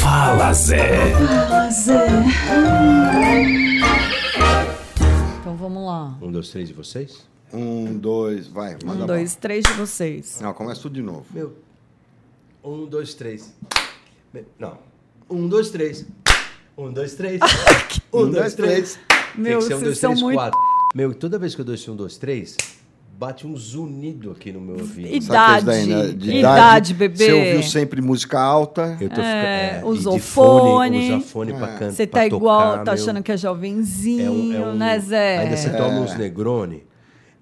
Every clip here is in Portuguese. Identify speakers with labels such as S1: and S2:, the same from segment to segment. S1: Fala, Zé.
S2: Então vamos lá.
S3: Um, dois, três e vocês?
S4: Um, dois, vai, manda
S5: Um,
S4: bala.
S5: dois, três de vocês.
S4: Não, começa tudo de novo.
S3: Meu. Um, dois, três. Me- Não. Um, dois, três. Um, dois, três. um, dois, três. Tem
S5: Meu,
S3: que ser um,
S5: vocês
S3: dois,
S5: são
S3: três,
S5: muito-
S3: quatro. Meu, toda vez que eu dou esse um, dois, três, bate um zunido aqui no meu ouvido.
S5: E-
S4: Sabe aqueles
S5: Idade.
S4: né?
S5: Idade, bebê.
S4: Você ouviu sempre música alta.
S3: Eu tô ficando.
S5: É,
S3: e
S5: usou
S3: de fone.
S5: fone.
S3: Usa fone pra cantar.
S5: Você tá igual, tá achando que é jovenzinho,
S3: é um, é um-
S5: né, Zé?
S3: Ainda você toma uns Negroni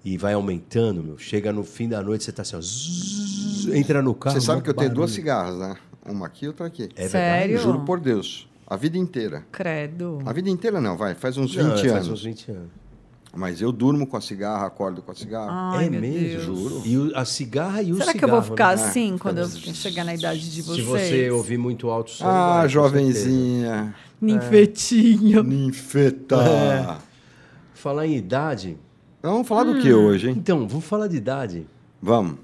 S3: e vai aumentando, meu. Chega no fim da noite, você tá assim, ó. zzz, entra no carro.
S4: Você sabe
S3: mó
S4: que eu tenho duas
S3: barulho.
S4: cigarras, né? Uma aqui e outra aqui.
S3: É
S5: Sério?
S4: Juro por Deus. A vida inteira.
S5: Credo.
S4: A vida inteira não, vai. Faz uns 20
S3: Não,
S4: anos.
S3: É, Faz uns 20 anos.
S4: Mas eu durmo com a cigarra, acordo com a cigarra. Ah,
S5: Ai,
S3: é
S5: meu
S3: mesmo,
S5: Deus.
S3: juro. E o- a cigarra e o
S5: Será
S3: um cigarro.
S5: que eu vou ficar
S3: né?
S5: assim quando eu chegar na idade de
S3: Se
S5: vocês?
S3: você ouvir muito alto som.
S4: Ah,
S3: vai, com certeza.
S4: jovenzinha.
S3: É.
S5: Ninfetinha.
S4: Ninfeta.
S3: Falar em idade.
S4: Não, Então, Vamos falar do que
S5: Hum.
S4: hoje, hein?
S3: Então, vamos falar de idade.
S4: Vamos.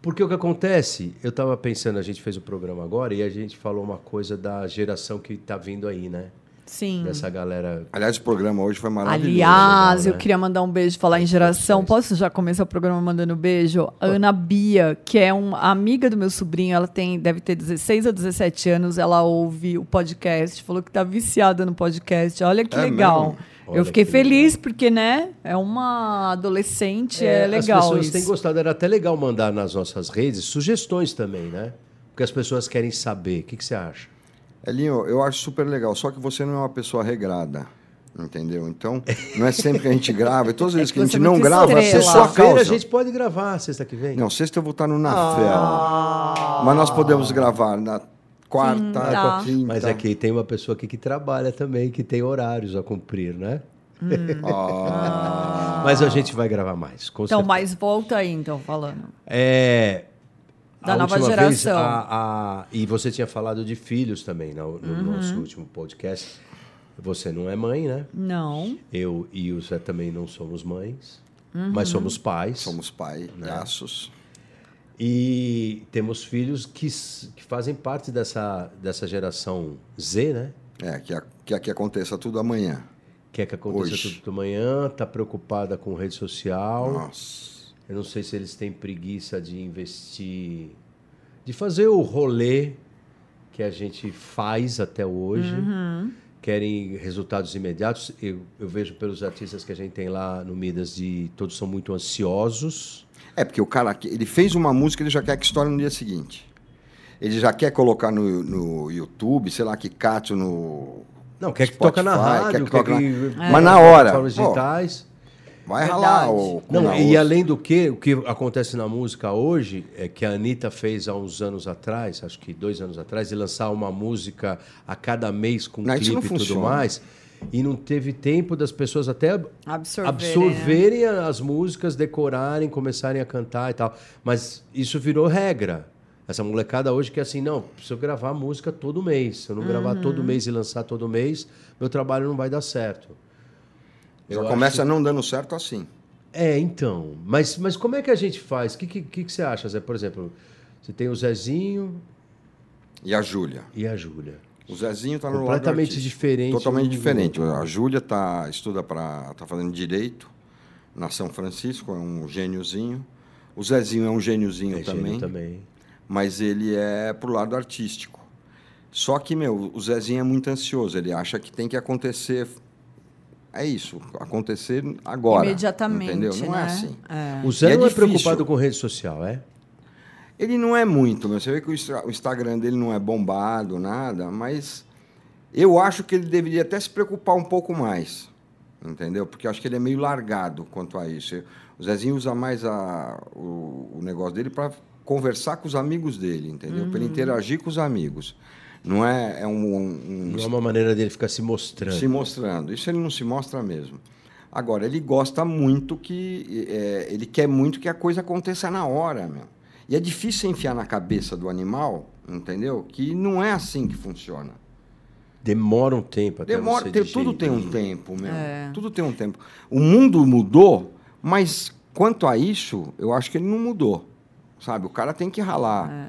S3: Porque o que acontece, eu tava pensando, a gente fez o programa agora e a gente falou uma coisa da geração que tá vindo aí, né?
S5: Sim.
S3: Dessa galera.
S4: Aliás, o programa hoje foi maravilhoso.
S5: Aliás,
S3: legal,
S5: eu
S3: né?
S5: queria mandar um beijo, falar em geração. Posso já começar o programa mandando um beijo? A Ana Bia, que é uma amiga do meu sobrinho, ela tem, deve ter 16 ou 17 anos, ela ouve o podcast, falou que tá viciada no podcast. Olha que
S4: É
S5: legal.
S4: mesmo?
S3: Olha
S5: eu fiquei
S3: que
S5: feliz porque, né, é uma adolescente, é, legal
S3: As pessoas
S5: isso.
S3: têm gostado. Era até legal mandar nas nossas redes sugestões também, né? Porque as pessoas querem saber. O que, que você acha?
S4: Elinho, eu acho super legal, só que você não é uma pessoa regrada. Entendeu? Então, não é sempre que a gente grava, e todas as vezes que a
S5: você
S4: gente
S5: é
S4: não
S5: muito
S4: grava, é
S5: estrela.
S4: por sua
S3: Sexta-feira
S4: causa.
S3: a gente pode gravar, sexta que vem.
S4: Não, sexta eu vou estar no Na
S5: Ah.
S4: Fera. Mas nós podemos gravar na quarta,
S5: Quinta.
S4: quinta.
S3: Mas é aqui tem uma pessoa aqui que trabalha também, que tem horários a cumprir, né? Mas a gente vai gravar mais, com
S5: Então,
S3: certeza.
S5: mas volta aí, então, falando.
S3: É,
S5: Da
S3: a
S5: nova
S3: última Vez,
S5: geração.
S3: a- a- e você tinha falado de filhos também na- no,
S5: Uhum.
S3: nosso último podcast. Você não é mãe, né?
S5: Não.
S3: Eu e o Zé também não somos mães,
S5: Uhum.
S3: mas somos pais.
S4: Somos pai,
S3: Né?
S4: laços.
S3: E temos filhos que, s- que fazem parte dessa, dessa geração Z, né?
S4: É, que, a- que aqui aconteça tudo amanhã.
S3: Quer que aconteça
S4: Hoje.
S3: tudo amanhã, tá preocupada com rede social.
S4: Ah. Nossa.
S3: Eu não sei se eles têm preguiça de investir, de fazer o rolê que a gente faz até hoje.
S5: Uhum. Hum.
S3: Querem resultados imediatos. Eu, eu vejo pelos artistas que a gente tem lá no Midas de todos são muito ansiosos.
S4: É, porque o cara, que- ele fez uma música, ele já quer que estoure no dia seguinte. Ele já quer colocar no, no YouTube, sei lá, que cate no.
S3: Não, quer que
S4: Spotify,
S3: toca na rádio,
S4: quer que toca
S3: que-
S4: na- Mas na hora,
S3: plataformas
S4: pô.
S3: digitais.
S4: Vai
S5: Verdade.
S4: ralar o. cu
S3: Não,
S4: na
S3: e
S4: outra.
S3: além do que, o que acontece na música hoje é que a Anitta fez há uns anos atrás, acho que dois anos atrás, de lançar uma música a cada mês com um
S4: Não, isso
S3: clipe
S4: não
S3: e tudo
S4: funciona.
S3: mais. E não teve tempo das pessoas até
S5: Absorver. né?
S3: absorverem as músicas, decorarem, começarem a cantar e tal. Mas isso virou regra. Essa molecada hoje que é assim, não, preciso gravar música todo mês. Se eu não gravar todo mês e lançar todo mês, meu trabalho não vai dar certo.
S4: Já
S3: Eu
S4: começa não dando certo assim.
S3: É, então. Mas, mas como é que a gente faz? O que, que, que que você acha, Zé? Por exemplo, você tem o Zezinho
S4: E a Júlia?
S3: e a Júlia.
S4: O Zezinho tá no lado do
S3: Completamente
S4: artista.
S3: diferente
S4: Totalmente
S3: um do
S4: diferente.
S3: outro.
S4: A Júlia tá, estuda para tá fazendo direito na São Francisco, é um gêniozinho. O Zezinho é um gêniozinho
S3: É gênio
S4: também,
S3: também.
S4: mas ele é pro lado artístico. Só que, meu, o Zezinho é muito ansioso, ele acha que tem que acontecer é isso, acontecer agora.
S5: Imediatamente,
S4: Entendeu? Não
S5: né?
S4: é assim.
S5: É.
S3: O Zé
S4: E é
S3: não é
S4: difícil.
S3: preocupado com rede social, é?
S4: Ele não é muito, meu. Você vê que o Instra- o Instagram dele não é bombado, nada, mas eu acho que ele deveria até se preocupar um pouco mais, entendeu? Porque eu acho que ele é meio largado quanto a isso. O Zezinho usa mais a- o, o negócio dele para conversar com os amigos dele, entendeu? Para ele interagir com os amigos. Não é, é um- um- um
S3: Não é uma maneira dele ficar se mostrando.
S4: se mostrando. Isso ele não se mostra mesmo. Agora, ele gosta muito que. é, ele quer muito que a coisa aconteça na hora, meu. E é difícil você enfiar na cabeça do animal, entendeu? Que não é assim que funciona.
S3: Demora um tempo até
S4: Demora,
S3: você
S4: tem-
S3: digerir.
S4: tudo tem um tempo, meu. Tudo tem um tempo. O mundo mudou, mas quanto a isso, eu acho que ele não mudou. Sabe? O cara tem que ralar.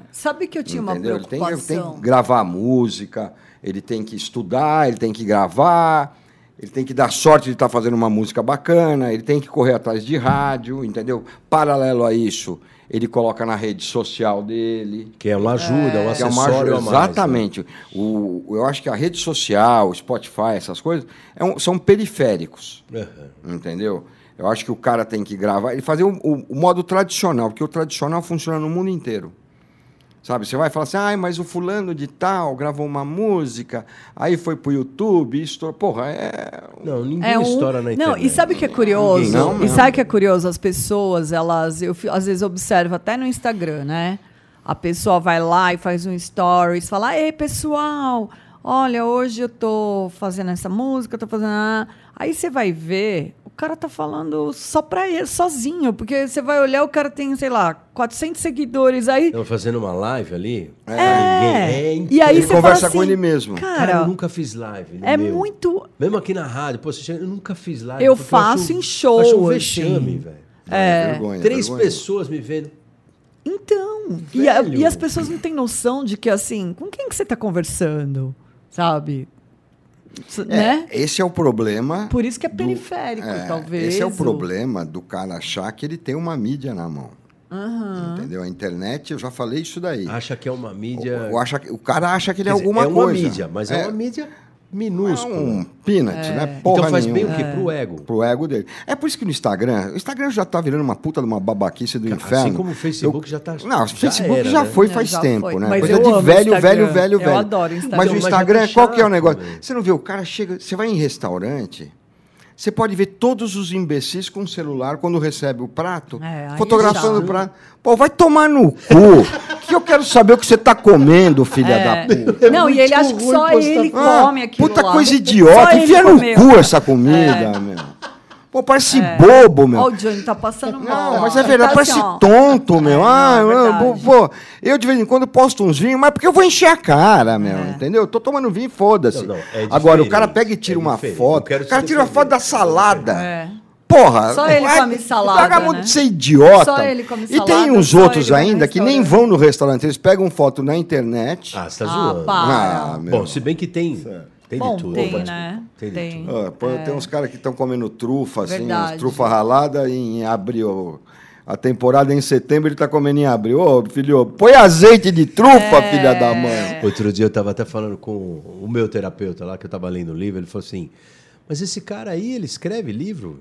S5: É. Sabe que eu tinha
S4: entendeu?
S5: uma
S4: Ele tem, ele tem que
S5: preocupação.
S4: gravar música, ele tem que estudar, ele tem que gravar, ele tem que dar sorte de estar fazendo uma música bacana, ele tem que correr atrás de rádio, entendeu? Paralelo a isso, ele coloca na rede social dele.
S3: Que é uma ajuda, um
S4: que é uma
S3: acessório
S4: ajuda-
S3: a mais. né?
S4: Exatamente. O, eu acho que a rede social, o Spotify, essas coisas, é um- são periféricos.
S3: Aham.
S4: Entendeu? Eu acho que o cara tem que gravar e fazer o, o- o modo tradicional, porque o tradicional funciona no mundo inteiro. Sabe? Você vai falar assim, ai, mas o fulano de tal gravou uma música, aí foi pro YouTube, estourou. Porra, é.
S3: Não, ninguém
S5: É um...
S3: estoura na internet.
S5: Não, e sabe o que é curioso?
S4: Ninguém, não
S5: e
S4: mesmo.
S5: sabe o que é curioso? As pessoas, elas, eu fi- às vezes observo até no Instagram, né? A pessoa vai lá e faz um stories, fala: "Ei, pessoal, olha, hoje eu tô fazendo essa música, eu tô fazendo". a-". Aí você vai ver, o cara tá falando só pra ele sozinho, porque você vai olhar, o cara tem, sei lá, 400 seguidores aí.
S3: Eu fazendo uma live ali. pra
S5: É.
S3: Ninguém. É
S5: e aí
S4: Ele
S5: você
S4: conversa
S5: fala assim,
S4: com ele mesmo.
S5: Cara,
S3: Cara, eu nunca fiz live. no
S5: é
S3: meu.
S5: muito
S3: Mesmo aqui na rádio, pô, você chega, eu nunca fiz live.
S5: Eu
S3: porque
S5: faço
S3: acho-
S5: em show,
S3: Acho um
S5: assim.
S3: vexame, velho.
S4: É. Vergonha,
S3: Três
S4: vergonha.
S3: pessoas me vendo.
S5: Então, e, a-
S3: Velho.
S5: e as pessoas não têm noção de que, assim, com quem que você está conversando, sabe? S- Né?
S4: Esse é o problema.
S5: Por isso que é
S4: do-
S5: periférico,
S4: é,
S5: talvez.
S4: Esse é o
S5: ou-
S4: problema do cara achar que ele tem uma mídia na mão.
S5: Aham.
S4: Entendeu? A internet, eu já falei isso daí.
S3: Acha que é uma mídia.
S4: O, o acha- o cara acha que ele
S3: Quer
S4: é
S3: dizer,
S4: alguma
S3: é uma
S4: coisa.
S3: mídia, mas é, uma mídia
S4: É
S3: minúscula.
S4: um peanut,
S5: é.
S4: né? Porra
S3: então faz
S4: nenhuma.
S3: bem o quê? Pro ego.
S4: pro ego dele. É por isso que no Instagram, o Instagram já tá virando uma puta de uma babaquice do inferno.
S3: Assim como o Facebook já tá.
S4: Não, o
S3: já
S4: Facebook
S3: era,
S4: já
S3: né?
S4: foi
S5: É,
S4: faz
S5: já
S4: tempo,
S5: foi.
S4: né?
S5: Mas
S4: Coisa
S5: eu
S4: de
S5: amo o
S4: velho,
S5: Instagram.
S4: velho, velho,
S5: Eu
S4: velho.
S5: adoro o
S4: Mas
S5: Instagram.
S4: o
S3: Mas já tá
S4: Instagram, qual que é o
S3: chato,
S4: negócio?
S3: velho.
S4: Você não vê, o cara chega, você vai em restaurante, você pode ver todos os imbecis com o celular quando recebe o prato,
S5: É, aí
S4: fotografando
S5: já.
S4: o prato. Pô, vai tomar no cu. que eu quero saber o que você tá comendo, filha
S5: É.
S4: da puta.
S5: Não, e ele acha que só ele
S4: Ah,
S5: come aquilo
S4: Puta
S5: lá.
S4: coisa
S5: Só
S4: idiota.
S5: ele
S4: Enfia no
S5: comeu. É.
S4: cu essa comida, meu. Pô, parece bobo, meu.
S5: Ó, o Johnny tá passando mal.
S4: Não, mas
S5: ó.
S4: é verdade,
S5: Tá
S4: parece
S5: assim, ó.
S4: tonto, meu.
S5: É,
S4: ah,
S5: não, é
S4: eu-
S5: verdade.
S4: pô, eu de vez em quando posto uns vinhos, mas porque eu vou encher a cara, meu,
S5: É.
S4: entendeu? Eu tô tomando vinho e foda-se.
S3: Não, não, é
S4: Agora, o
S3: diferente,
S4: cara pega e tira
S3: é
S4: uma
S3: diferente. Eu
S4: foto.
S3: quero
S4: O cara
S3: te
S4: tira uma foto
S3: defender.
S4: da salada.
S5: É.
S4: Porra,
S5: Só ele
S4: vai-
S5: come salada,
S4: Paga muito
S5: né?
S4: de ser é idiota.
S5: Só ele come
S4: E tem
S5: salada,
S4: uns
S5: só
S4: outros
S5: ele vai no
S4: ainda que nem
S5: restaurante.
S4: vão no restaurante. Eles pegam foto na internet.
S3: Ah, você tá
S5: Ah,
S3: zoando.
S5: pá. para.
S4: Ah, meu.
S3: Bom, se bem que tem. Tem
S5: Bom,
S3: de tudo.
S5: tem,
S3: Opa,
S5: né?
S3: Tem de
S5: Tem.
S3: tudo.
S4: Ah, pô, Tem uns caras que estão comendo trufa, assim,
S5: É. Verdade.
S4: uns trufa ralada em abril. A temporada é em setembro ele tá comendo em abril. Ô, filho, põe azeite de trufa,
S5: É.
S4: filha da mãe.
S3: Outro dia eu tava até falando com o meu terapeuta lá, que eu tava lendo o livro, ele falou assim: Mas esse cara aí, ele escreve livro?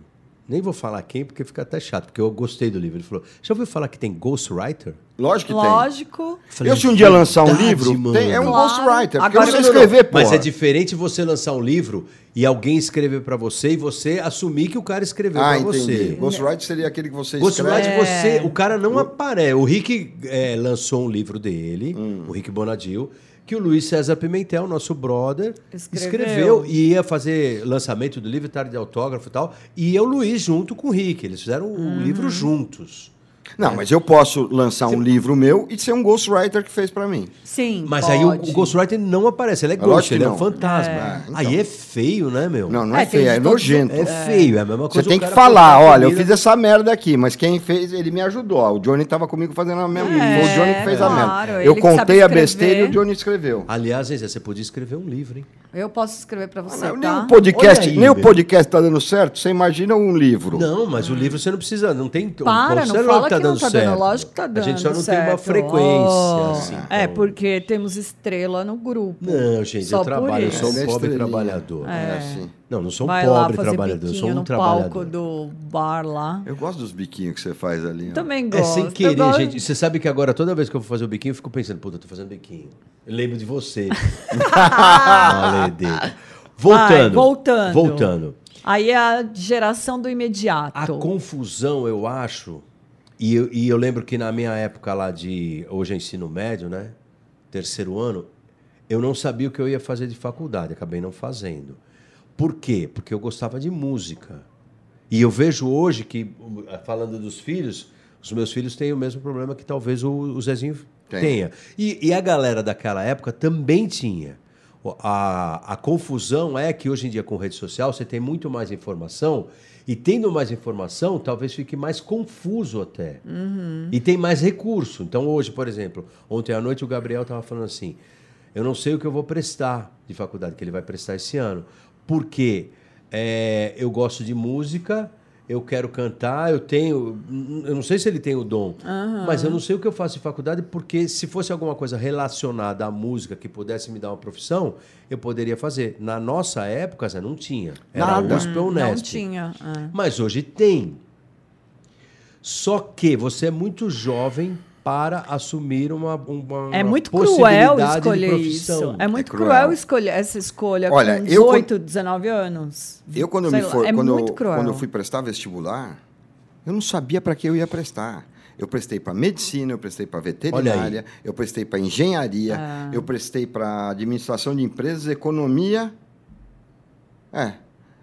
S3: Nem vou falar quem, porque fica até chato, porque eu gostei do livro. Ele falou: Já ouviu falar que tem ghostwriter?
S4: Lógico que
S5: Lógico.
S4: tem. Eu, se um dia lançar um livro, tem- é um
S5: Claro.
S4: ghostwriter. Porque
S5: Agora-
S4: eu não sei
S5: Não, não, não.
S4: escrever, porra.
S3: Mas é diferente você lançar um livro e alguém escrever pra você e você assumir que o cara escreveu
S4: Ah,
S3: pra
S4: entendi.
S3: você.
S4: Ghostwriter seria aquele que você
S3: Ghostwriter,
S5: É.
S4: escreve.
S3: você, o cara não aparece. O Rick eh, lançou um livro dele,
S4: Hum.
S3: o Rick Bonadil, que o Luiz César Pimentel, nosso brother,
S5: Escreveu.
S3: escreveu. e ia fazer lançamento do livro, tarde de autógrafo e tal. E eu, Luiz, junto com o Rick. Eles fizeram o livro juntos.
S4: Não, mas eu posso lançar um livro meu e ser um ghostwriter que fez pra mim.
S5: Sim.
S3: Mas aí o,
S5: pode.
S3: o Ghostwriter não aparece. Ele é
S4: lógico
S3: ghost,
S4: que
S3: ele é
S4: não.
S3: um fantasma.
S4: É, então.
S3: Aí é feio, né, meu?
S4: Não, não é,
S5: É, tem
S4: feio,
S5: de
S4: é
S5: todos-
S4: nojento.
S3: É feio, é a mesma
S4: Você
S3: coisa.
S4: tem
S3: o
S4: que
S3: cara
S4: falar,
S3: postar
S4: olha, eu
S3: comida-
S4: fiz essa merda aqui, mas quem fez, ele me ajudou. ó, O Johnny estava comigo fazendo a mesma.
S5: É,
S4: foi o Johnny que fez a
S5: claro,
S4: merda.
S5: ele
S4: Eu
S5: que
S4: contei
S5: sabe
S4: a besteira e
S5: escrever. Ah,
S4: o Johnny escreveu.
S3: Aliás, Zezé, você podia escrever um livro, hein?
S5: Eu posso escrever
S4: Ah,
S5: pra você,
S4: nem
S5: tá?
S4: o podcast,
S3: Olha aí,
S4: nem o
S3: meu.
S4: podcast tá dando certo. Você imagina um livro?
S3: Não, mas o livro você não precisa, não tem.
S5: Para,
S3: você
S5: não
S3: é
S5: fala
S3: lógico
S5: que não tá dando, lógico que tá dando
S3: A gente só não tem uma
S5: certo.
S3: frequência.
S5: Oh.
S3: assim,
S5: É,
S3: então-
S5: porque temos estrela no grupo.
S3: Não, gente,
S5: Só
S3: eu
S5: por
S3: trabalho, eu
S5: isso.
S3: sou
S4: Ele é
S3: um pobre
S4: estrelinha.
S3: trabalhhador.
S4: É assim.
S3: Não, não sou um
S5: Vai lá
S3: pobre
S5: fazer
S3: trabalhador, eu
S5: biquinho
S3: sou um
S5: no
S3: trabalhador.
S5: palco do bar lá.
S4: Eu gosto dos biquinhos que você faz ali. ó.
S5: Também
S3: É
S5: gosto.
S3: sem
S5: eu
S3: querer,
S5: gosto.
S3: gente. Você sabe que agora, toda vez que eu vou fazer o biquinho, eu fico pensando, puta, eu tô fazendo biquinho. Eu lembro de você. Maledê.
S5: Vai,
S3: Voltando.
S5: voltando.
S3: Voltando.
S5: Aí é a geração do
S3: A
S5: imediato.
S3: confusão, eu acho. E eu, e eu lembro que na minha época lá de. Hoje é ensino médio, né? Terceiro ano. Eu não sabia o que eu ia fazer de faculdade. Acabei não fazendo. Por quê? Porque eu gostava de música. E eu vejo hoje que, um, falando dos filhos, os meus filhos têm o mesmo problema que talvez o, o Zezinho
S4: Tem.
S3: tenha. E, e a galera daquela época também tinha. A, a confusão é que hoje em dia com rede social você tem muito mais informação e tendo mais informação talvez fique mais confuso até e tem mais recurso. Então hoje, por exemplo, ontem à noite o Gabriel estava falando assim, eu não sei o que eu vou prestar de faculdade que ele vai prestar esse ano porque é, eu gosto de música, eu quero cantar, eu tenho. Eu não sei se ele tem o dom, mas eu não sei o que eu faço em faculdade, porque se fosse alguma coisa relacionada à música que pudesse me dar uma profissão, eu poderia fazer. Na nossa época, Zé, não tinha. Era
S4: Nada.
S3: USP ou Unesp.
S5: Não tinha. é.
S3: Mas hoje tem. Só que você é muito jovem para assumir uma, uma
S5: É
S3: uma
S5: muito
S3: possibilidade
S5: cruel
S3: de
S5: escolher
S3: profissão.
S5: isso. É muito
S4: cruel.
S5: cruel. escolher essa escolha
S4: Olha,
S5: com
S4: eu
S5: 18, 19 anos.
S4: Eu, quando eu,
S5: Sei
S4: me
S5: lá,
S4: for,
S5: é
S4: quando,
S5: muito
S4: eu,
S5: cruel.
S4: quando eu fui prestar vestibular, eu não sabia para que eu ia prestar. Eu prestei para medicina, eu prestei para veterinária, eu prestei para engenharia,
S5: Ah.
S4: eu prestei para administração de empresas, economia. É.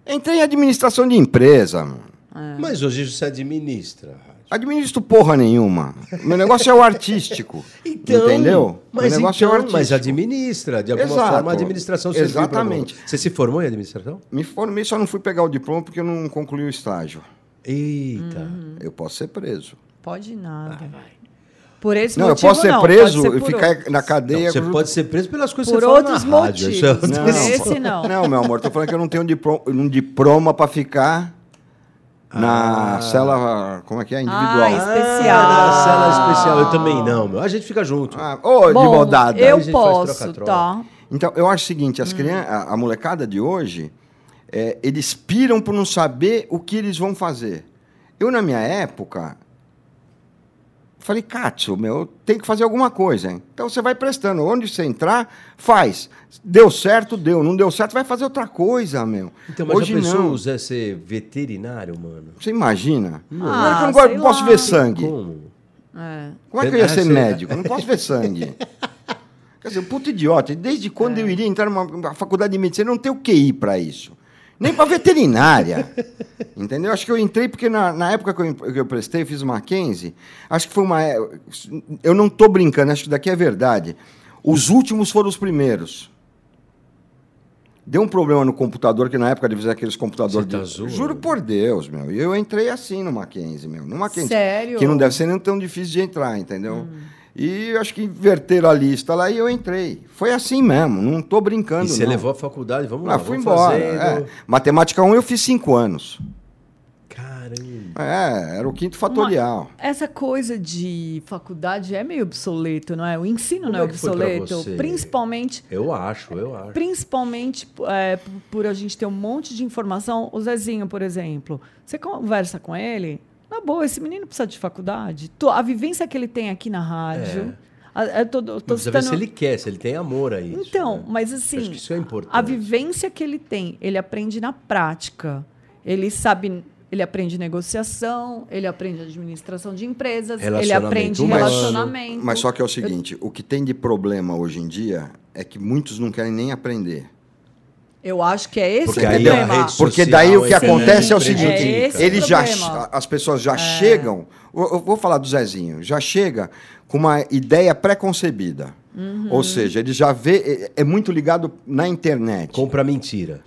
S4: Entrei em administração de empresa, mano.
S3: Mas hoje você administra. Rádio.
S4: Administro porra nenhuma. Meu negócio é o artístico.
S5: Então,
S4: entendeu?
S3: Então, Mas,
S4: Meu negócio é o
S3: então,
S4: artístico.
S3: mas administra, de alguma
S4: Exato.
S3: forma, a administração serviu pra
S4: Exatamente.
S3: alguma coisa. Você se formou em administração?
S4: Me formei, só não fui pegar o diploma porque eu não concluí o estágio.
S3: Eita.
S4: Eu posso ser preso.
S5: Pode nada. Por esse
S4: não, eu
S5: motivo,
S4: posso ser
S5: não,
S4: preso
S5: pode ser
S4: e
S5: por
S4: ficar
S5: outro.
S4: na
S3: Não,
S4: cadeia.
S3: você
S4: com-
S3: pode ser preso pelas coisas
S5: Por
S3: que você fala
S5: outros
S3: na rádio. isso é
S5: motivos,
S3: outra
S5: né?
S3: história.
S5: Esse não.
S4: Não, meu amor, tô falando que eu não tenho um diploma, um diploma para ficar na
S3: Ah.
S4: cela, como é que é, individual.
S5: Ah, especial.
S3: Ah, na cela especial. Eu também não, meu. A gente fica junto.
S4: Ah, ô, de
S5: Bom,
S4: bodada.
S3: A
S5: Eu
S3: gente faz
S5: posso,
S3: troca-troca.
S5: tá?
S4: Então, eu acho o seguinte,
S5: Hum.
S4: as crianças, a, a molecada de hoje, é, eles piram por não saber o que eles vão fazer. Eu, na minha época, falei, Cátia, meu, tem que fazer alguma coisa, hein? Então, você vai prestando. Onde você entrar, faz. Deu certo, deu. Não deu certo, vai fazer outra coisa, meu.
S3: Então, mas
S4: hoje
S3: já pensou
S4: não.
S3: o Zé ser veterinário, mano?
S4: Você imagina? Não,
S5: Ah,
S4: é que eu não gosto-
S5: sei
S4: posso
S5: lá.
S4: ver sangue.
S3: Como?
S5: É.
S4: Como é que eu ia
S3: Ah,
S4: ser
S3: sei.
S4: médico? Eu Não posso ver sangue. Quer dizer, puta idiota. Desde quando
S3: É.
S4: eu iria entrar numa numa faculdade de medicina? Eu não tenho QI para isso. Nem para veterinária. Entendeu? Acho que eu entrei porque na, na época que eu, em- que eu prestei, eu fiz Mackenzie. Acho que foi uma. é- Eu não tô brincando, acho que daqui é verdade. Os últimos foram os primeiros. Deu um problema no computador, que na época devia ser aqueles computadores.
S3: Você tá
S4: de-
S3: zoando?
S4: Juro por Deus, meu. E eu entrei assim no Mackenzie, meu. No Mackenzie.
S5: Sério?
S4: Que não deve ser nem tão difícil de entrar, entendeu? E eu acho que inverteram a lista lá e eu entrei. Foi assim mesmo, não tô brincando.
S3: E você
S4: não.
S3: levou a faculdade, vamos lá.
S4: Ah, fui
S3: vamos
S4: embora.
S3: fazendo.
S4: é. Matemática 1 eu fiz cinco anos.
S3: Caramba.
S4: É, era o quinto fatorial.
S5: Essa coisa de faculdade é meio obsoleto, não é? O ensino não é,
S3: é que foi pra
S5: obsoleto.
S3: você?
S5: Principalmente
S3: Eu acho, eu acho.
S5: Principalmente é, p- por a gente ter um monte de informação. O Zezinho, por exemplo, você conversa com ele, na boa, esse menino precisa de faculdade. Tu- A vivência que ele tem aqui na rádio. a- eu tô- eu tô
S3: É. Precisa ver
S5: citando-
S3: se ele quer, se ele tem amor a isso.
S5: Então,
S3: né?
S5: mas assim,
S3: Acho que isso é importante.
S5: a vivência que ele tem, ele aprende na prática. Ele sabe. Ele aprende negociação, ele aprende administração de empresas, ele
S3: Relacionamento
S5: aprende
S3: humano.
S5: relacionamento.
S4: Mas só que é o seguinte: o que tem de problema hoje em dia é que muitos não querem nem aprender.
S5: Eu acho que é esse
S3: Porque
S5: o
S3: aí a
S5: problema.
S3: rede social
S4: Porque daí o que
S5: Sim,
S4: acontece é o seguinte:
S5: é esse
S4: ele
S5: o
S4: já,
S5: problema.
S4: as pessoas já chegam. Eu, eu vou falar do Zezinho. Já chega com uma ideia pré-concebida. Ou seja, ele já vê. É, é muito ligado na internet.
S3: Compra mentira.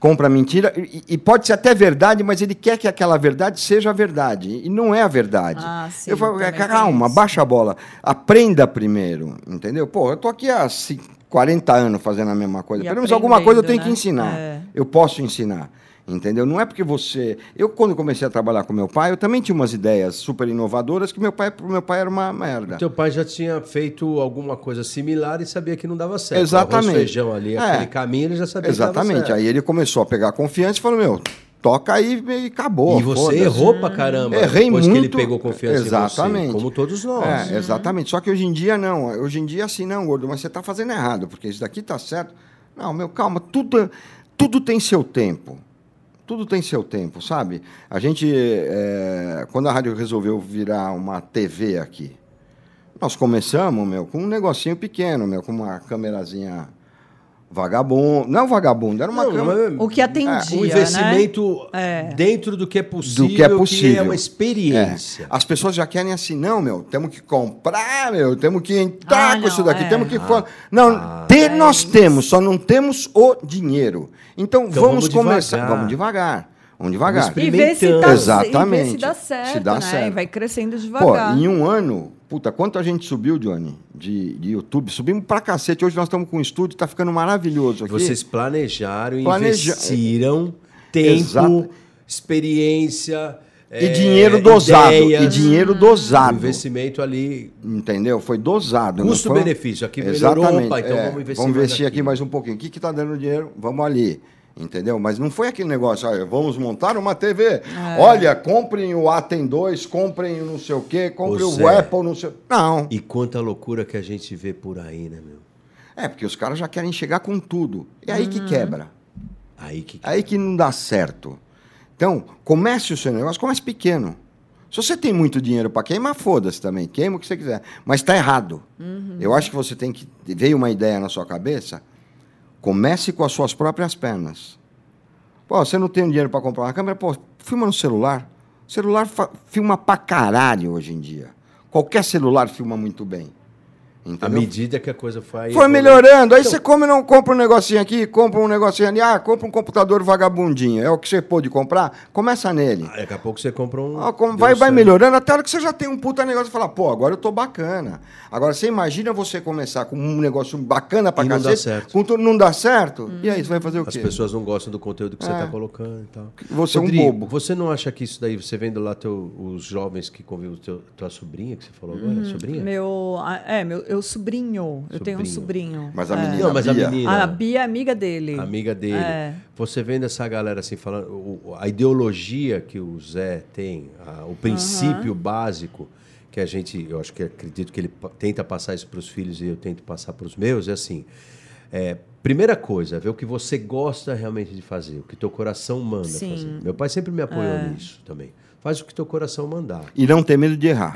S4: Compra mentira. E, e pode ser até verdade, mas ele quer que aquela verdade seja a verdade. E não é a verdade.
S5: Ah, sim,
S4: eu falo, "É,
S5: também tem
S4: calma,
S5: isso.
S4: baixa a bola. Aprenda primeiro. Entendeu? Pô, eu tô aqui há cin- 40 anos fazendo a mesma coisa.
S5: E
S4: Pelo menos alguma coisa eu tenho
S5: aprendendo,
S4: que
S5: né?
S4: ensinar.
S5: É.
S4: Eu posso ensinar. Entendeu? Não é porque você. Eu, quando comecei a trabalhar com meu pai, eu também tinha umas ideias super inovadoras que meu pai, pro meu pai era uma merda.
S5: Então,
S3: Teu pai já tinha feito alguma coisa similar e sabia que não dava certo.
S4: Exatamente.
S3: Arroz, feijão ali,
S4: É.
S3: aquele caminho, ele já sabia que dava
S4: Exatamente.
S3: certo.
S4: Aí ele começou a pegar confiança e falou: meu, toca aí e acabou.
S3: e você
S4: foda-se.
S3: errou pra caramba.
S4: Errei
S3: depois que ele
S4: muito.
S3: pegou confiança em
S4: Exatamente.
S3: você. Como todos nós.
S4: É, exatamente. Só que hoje em dia não. Hoje em dia assim, não, gordo, mas você está fazendo errado, porque isso daqui está certo. Não, meu, calma, tudo, tudo tem seu tempo. Tudo tem seu tempo, sabe? A gente, é, quando a rádio resolveu virar uma TV aqui, nós começamos, meu, com um negocinho pequeno, meu, com uma câmerazinha Vagabundo. Não vagabundo, era uma
S3: Não,
S4: cama.
S3: mas-
S5: O que atendia,
S3: É, o investimento
S5: né? É.
S3: dentro do que é possível,
S4: Do que é possível.
S3: uma
S4: É.
S3: experiência.
S4: As pessoas já querem assim, não, meu, temos que comprar, meu, temos que
S5: Ah,
S4: entrar
S5: é
S4: com
S5: não,
S4: isso daqui,
S5: é.
S4: temos que. fa- Não, ter nós temos, só não temos o dinheiro. Então,
S3: Então,
S4: vamos,
S3: vamos
S4: começar.
S3: devagar.
S4: Vamos devagar. Vamos devagar.
S3: Vamos
S5: E ver se dá,
S4: Exatamente.
S5: e ver se dá certo,
S4: Se dá
S5: né?
S4: certo.
S5: E vai crescendo
S4: Pô,
S5: devagar.
S4: em um ano, puta, quanto a gente subiu, Johnny, de, de YouTube? Subimos pra cacete. Hoje nós estamos com um estúdio, tá ficando maravilhoso aqui.
S3: Vocês planejaram,
S4: Planeja- É,
S3: investiram tempo,
S4: Exato.
S3: experiência
S4: E
S3: é,
S4: dinheiro dosado. E
S3: ideias,
S4: dinheiro
S3: o
S4: dosado.
S3: investimento ali,
S4: Entendeu? Foi dosado. não foi um-
S3: custo-benefício. Aqui melhorou,
S4: Exatamente.
S3: opa, então
S4: é.
S3: vamos investir,
S4: investir aqui
S3: aqui
S4: mais um pouquinho. O que está dando dinheiro? Vamos ali. Entendeu? Mas não foi aquele negócio, olha, vamos montar uma TV. Olha, comprem o Atem 2, comprem o não sei o quê, comprem
S3: Pois
S4: o
S3: é.
S4: Apple, não sei. Não.
S3: E quanta loucura que a gente vê por aí, né, meu?
S4: É, porque os caras já querem chegar com tudo. É aí que quebra.
S3: Aí que. é.
S4: Aí que não dá certo. Então, comece o seu negócio, comece pequeno. Se você tem muito dinheiro para queimar, foda-se também, queima o que você quiser. Mas está errado.
S3: Uhum.
S4: Eu acho que você tem que. Veio uma ideia na sua cabeça, comece com as suas próprias pernas. Pô, você não tem dinheiro para comprar uma câmera? Pô, filma no celular. O celular fa- filma pra caralho hoje em dia. Qualquer celular filma muito bem.
S3: À
S4: Entendeu?
S3: medida que a coisa foi.
S4: Foi melhorando. Aí
S3: Então-
S4: você come não compra um negocinho aqui, compra um negocinho ali, ah, compra um computador vagabundinho. É o que você pôde comprar? Começa nele.
S3: Ah, Daqui a pouco você compra um.
S4: Ah, como
S3: deu
S4: vai, vai
S3: certo.
S4: melhorando até a hora que você já tem um puta negócio e fala, pô, agora eu tô bacana. Agora você imagina você começar com um negócio bacana pra
S3: E não dá
S4: cacete,
S3: certo.
S4: com tudo não dá certo? E aí, você vai fazer o
S3: As
S4: quê?
S3: pessoas não gostam do conteúdo que você
S4: É.
S3: está colocando e tal.
S4: Você é um
S3: Rodrigo,
S4: bobo.
S3: Você não acha que isso daí, você vendo lá teu- os jovens que convivem, teu, tua sobrinha, que você falou agora,
S5: Uhum.
S4: um
S3: sobrinha?
S5: Meu, ah, é, meu, eu sobrinho. Eu tenho um sobrinho.
S4: Mas a
S5: é.
S4: menina,
S3: Não, mas a
S4: Bia,
S3: menina-
S5: A Bia é amiga dele.
S3: Amiga dele.
S5: É.
S3: Você vendo essa galera assim falando, o- o- a ideologia que o Zé tem, a- o princípio básico que a gente, eu acho que acredito que ele pa- tenta passar isso para os filhos e eu tento passar para os meus, é assim. é, primeira coisa, ver o que você gosta realmente de fazer, o que teu coração manda
S5: Sim. É.
S3: fazer. Meu pai sempre me apoiou nisso também. Faz o que teu coração mandar.
S4: E não ter medo de errar.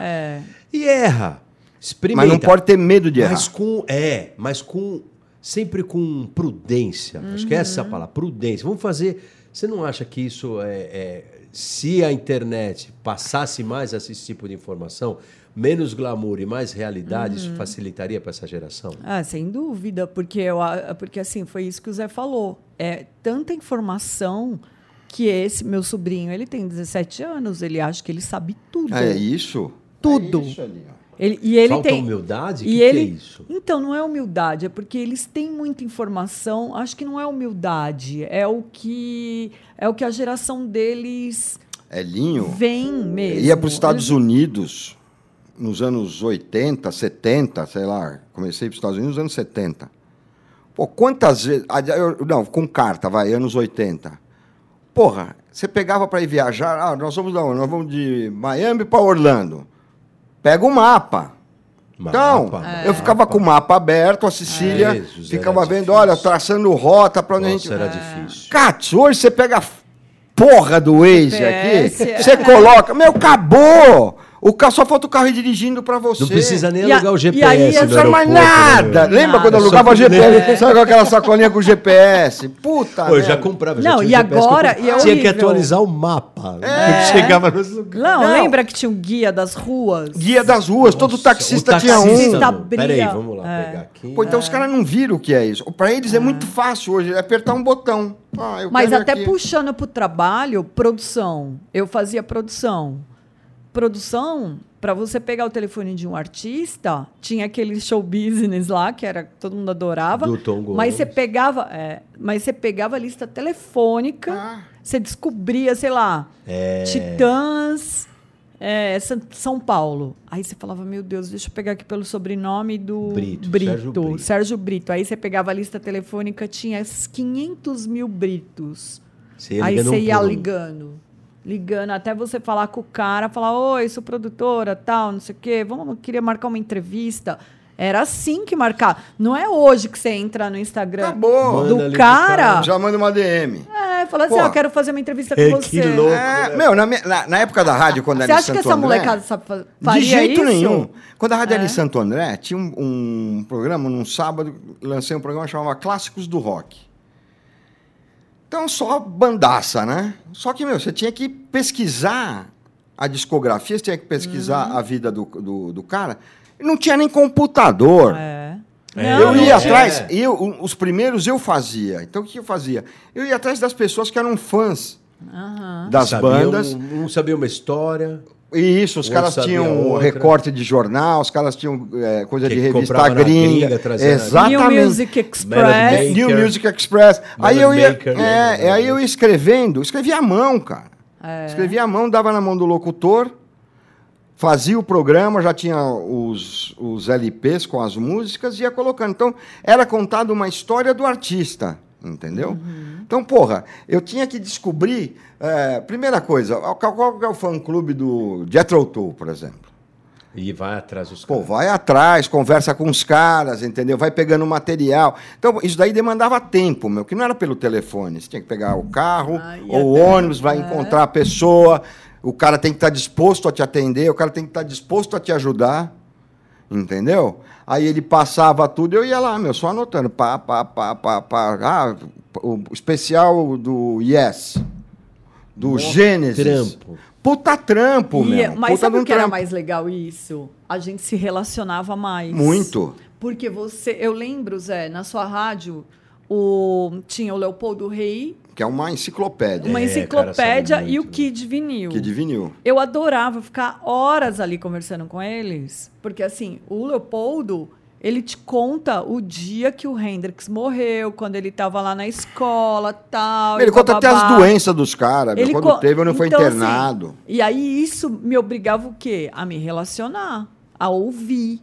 S3: E erra. Experimenta.
S4: Mas não pode ter medo de errar.
S3: Mas com. É, mas com. Sempre com prudência. Acho que é essa a
S5: Uhum.
S3: palavra, prudência. Vamos fazer. Você não acha que isso é. é- se a internet passasse mais esse tipo de informação, menos glamour e mais realidade,
S5: Uhum.
S3: isso facilitaria para essa geração?
S5: Ah, sem dúvida, porque, eu, a- porque assim, foi isso que o Zé falou. É tanta informação que esse meu sobrinho, ele tem 17 anos, ele acha que ele sabe tudo.
S4: É isso?
S5: Tudo.
S4: É isso ali, ó.
S5: Ele- e ele
S3: Falta
S5: tem
S3: humildade? O
S5: e
S3: que,
S5: ele-
S3: que é isso?
S5: Então, não é humildade, é porque eles têm muita informação. Acho que não é humildade, é o que é o que a geração deles
S4: É linho.
S5: vem mesmo.
S4: Ia para os é Estados Unidos nos anos 80, 70, sei lá. Comecei para os Estados Unidos nos anos 70. Pô, quantas vezes. ah, eu- Não, com carta, vai, anos 80. Porra, você pegava para ir viajar. Ah, nós vamos da onde? Nós vamos de Miami para Orlando. Pega o mapa. Então,
S3: Mapa,
S5: É.
S3: É
S4: eu ficava
S3: mapa.
S4: com o mapa aberto, a Sicília,
S3: Jesus, era
S4: ficava vendo,
S3: difícil.
S4: olha, traçando rota para onde um a gente
S3: Nossa, era difícil.
S4: Cats, hoje você pega a porra do Waze
S5: GPS, é.
S4: aqui, você coloca. Meu, acabou! O carro só falta o carro ir dirigindo pra você.
S3: Não precisa nem
S5: E a-
S3: alugar o
S5: e
S3: GPS.
S5: aí
S3: no
S5: essa-
S4: Não precisa mais
S3: aeroporto,
S4: nada.
S3: né?
S4: Lembra
S5: Nada.
S4: quando eu alugava
S3: Só-
S4: GPS? Sabe com aquela sacolinha com GPS? Puta.
S3: Pô, eu já
S4: merda.
S3: comprava.
S5: Não,
S3: já tinha um
S5: e
S3: o GPS que eu
S5: agora-
S3: comprava.
S5: e é
S3: Tinha que
S5: horrível.
S3: atualizar o mapa.
S4: É.
S3: Chegava nos lugares.
S5: Não,
S4: Não.
S5: lembra que tinha um guia das ruas?
S4: Guia das ruas, todo taxista, tinha um.
S5: taxista-
S3: não. Peraí,
S5: abria.
S3: vamos lá
S5: É.
S3: pegar aqui.
S4: Pô, então os caras não viram o que é isso. Pra eles
S3: Ah.
S4: é muito fácil hoje, é apertar um botão. Ah, eu
S5: Mas
S4: quero
S5: até
S4: aqui.
S5: puxando pro trabalho, produção. Eu fazia produção. Produção, para você pegar o telefone de um artista, tinha aquele show business lá, que era todo mundo adorava.
S3: Do Tom Gomes.
S5: mas você pegava, é, mas você pegava a lista telefônica,
S4: Ah.
S5: você descobria, sei lá,
S3: É.
S5: Titãs, é, San- São Paulo. Aí você falava, meu Deus, deixa eu pegar aqui pelo sobrenome do
S3: Brito, Sérgio
S5: Sérgio
S3: Brito.
S5: Brito. Aí você pegava a lista telefônica, tinha esses 500 mil Britos.
S3: Você ia
S5: Aí
S3: ligando
S5: você
S3: um
S5: ia
S3: por um.
S5: ligando. Ligando até você falar com o cara, falar, oi, sou produtora, tal, não sei o quê, vamos, queria marcar uma entrevista. Era assim que marcar. Não é hoje que você entra no Instagram
S4: Acabou.
S3: Tá Manda ali
S5: do
S3: pro
S5: cara.
S3: cara.
S4: Já manda uma DM.
S5: É, falar assim,
S4: Pô.
S5: ah, eu quero fazer uma entrevista com
S3: É,
S5: você.
S3: que louco.
S4: É, meu, na, minha- na- na época da rádio, quando
S5: Você
S4: era em
S5: acha que
S4: Santo
S5: essa
S4: André-
S5: molecada sabe fa- faria
S4: De jeito
S5: isso? É.
S4: nenhum. Quando a Rádio era em Santo André, tinha um, um programa, num sábado, lancei um programa que chamava Clássicos do Rock. Então, só bandaça, né? Só que, meu, você tinha que pesquisar a discografia, você tinha que pesquisar
S5: Uhum.
S4: a vida do, do, do cara. E Não tinha nem computador.
S5: É.
S3: É.
S5: Não,
S4: Eu
S5: não tinha.
S4: ia atrás, eu, o- os primeiros eu fazia. Então, o que eu fazia? Eu ia atrás das pessoas que eram fãs
S5: Aham.
S4: das
S3: Sabia
S4: bandas.
S3: Um, um sabia uma história.
S4: E isso, os
S3: Um
S4: caras
S3: sabia
S4: tinham
S3: outra.
S4: recorte de jornal, os caras tinham é, coisa
S3: Que
S4: de revista
S3: comprava na
S4: gringa.
S3: gringa, trazia na
S4: exatamente.
S5: New Music
S3: Melody
S5: Express.
S3: Maker.
S4: É, New Music Express. Aí eu ia,
S3: Maker,
S4: é,
S3: né?
S4: é, aí eu ia escrevendo, escrevia à mão, cara. Escrevia à mão, dava na mão do locutor, fazia o programa, já tinha os, os LPs com as músicas e ia colocando. Então, era contada uma história do artista, entendeu? Então, porra, eu tinha que descobrir, eh, primeira coisa, qual, qual que é o fã-clube do Jethro Tull, por exemplo?
S3: E vai atrás dos
S4: Pô, vai atrás, conversa com os caras, entendeu? Vai pegando material. Então, isso daí demandava tempo, meu, que não era pelo telefone. Você tinha que pegar o carro
S5: Ah, ia
S4: ou o
S5: até-
S4: ônibus, vai encontrar a pessoa. O cara tem que estar disposto a te atender, o cara tem que estar disposto a te ajudar, entendeu? Aí ele passava tudo, eu ia lá, meu, só anotando. Pá, pá, pá, pá, pá. Ah, o especial do Yes, do
S3: Mó
S4: Gênesis.
S3: Trampo.
S4: Puta trampo,
S5: E-
S4: meu.
S5: mas
S4: Puta
S5: sabe
S4: de um
S5: o que era
S4: trampo.
S5: mais legal isso? A gente se relacionava mais.
S4: Muito.
S5: Porque você. Eu lembro, Zé, na sua rádio, o, tinha o Leopoldo Rei,
S4: Que é uma enciclopédia.
S5: uma
S3: É,
S5: enciclopédia
S3: cara, sabe
S5: e o
S3: muito, né?
S5: Kid Vinil.
S4: Que é de vinil.
S5: Eu adorava ficar horas ali conversando com eles, porque assim, o Leopoldo, ele te conta o dia que o Hendrix morreu, quando ele tava lá na escola, tal.
S4: Ele
S5: e
S4: conta até as
S5: bababá.
S4: doenças dos caras. meu.
S5: Ele
S4: Quando
S5: co-
S4: teve, eu não foi
S5: Então, assim,
S4: internado.
S5: E aí isso me obrigava o quê? A me relacionar, a ouvir,